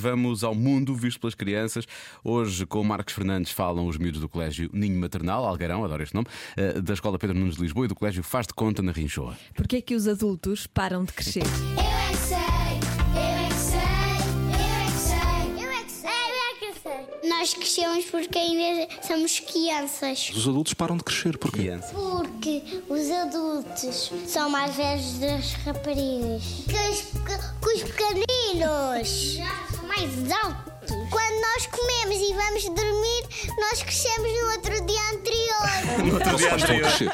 Vamos ao mundo visto pelas crianças. Hoje, com o Marcos Fernandes, falam os miúdos do Colégio Ninho Maternal, Algarão, adoro este nome, eh, da Escola Pedro Nunes de Lisboa e do Colégio Faz de Conta na Rinchoa. Porquê é que os adultos param de crescer? Eu é que sei, é eu é que sei, eu é que sei, eu é que é sei, eu é que sei. Nós crescemos porque ainda somos crianças. Os adultos param de crescer, porquê? Porque os adultos são mais velhos das raparigas. Que os, que os pequeninos são mais altos. Quando nós comemos e vamos dormir, nós crescemos no outro dia anterior. Vocês estão a crescer.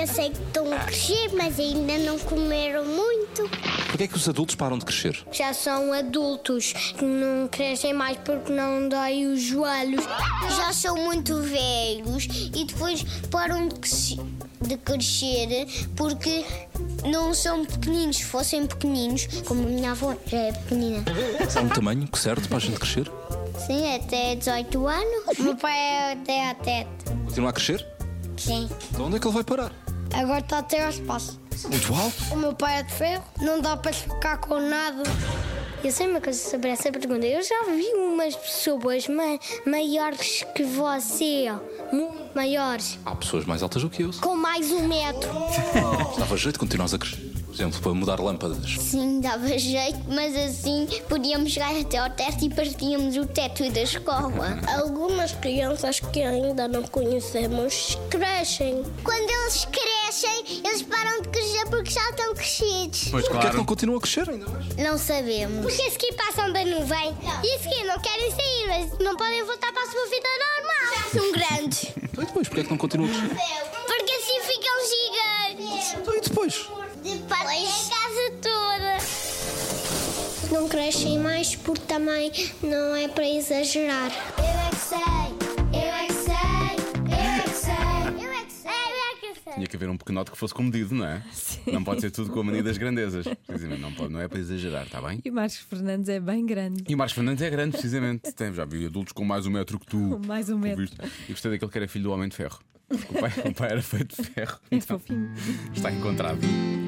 Eu sei que estão a crescer, mas ainda não comeram muito. Porquê é que os adultos param de crescer? Já são adultos que não crescem mais porque não dói os joelhos. Já são muito velhos e depois param de crescer- de crescer porque não são pequeninos. Se fossem pequeninos, como a minha avó já é pequenina. Há um tamanho que serve para a gente crescer? Sim, até 18 anos. Meu pai é até à teta. Continua a crescer? Sim. De onde é que ele vai parar? Agora está até ao espaço. Muito alto. O meu pai é de ferro, não dá para ficar com nada. Eu sei uma coisa sobre essa pergunta. Eu já vi umas pessoas ma- maiores que você, muito maiores, Há pessoas mais altas do que eu. com mais um metro. Dava jeito de continuar a crescer. Por exemplo, para mudar lâmpadas. Sim, dava jeito, mas assim podíamos chegar até ao teto e partíamos o teto da escola. Algumas crianças que ainda não conhecemos crescem. Quando eles crescem, eles param de crescer porque já estão crescidos. Pois Porquê é que não continuam a crescer ainda mais? Não sabemos. Porque a seguir passam da nuvem e a seguir não querem sair, mas não podem voltar para a sua vida normal. Já são grandes. Então e depois? Porquê é que não continuam a crescer? Porque assim ficam gigantes. Então e depois? Depois a casa toda. Não crescem mais porque também não é para exagerar. Eu é que sei, eu é que sei, eu é que sei, eu é que sei, eu é que sei. Tinha que haver um pequenote que fosse comedido, não é? Não pode ser tudo com a mania das grandezas. Precisamente, não, pode, não é para exagerar, está bem? E o Marcos Fernandes é bem grande. E o Marcos Fernandes é grande, precisamente. Tem, já vi adultos com mais um metro que tu. Com mais um metro. Viste? E gostei daquele que era filho do Homem de Ferro. O pai, o pai era feito de ferro. É fofinho. Está encontrado.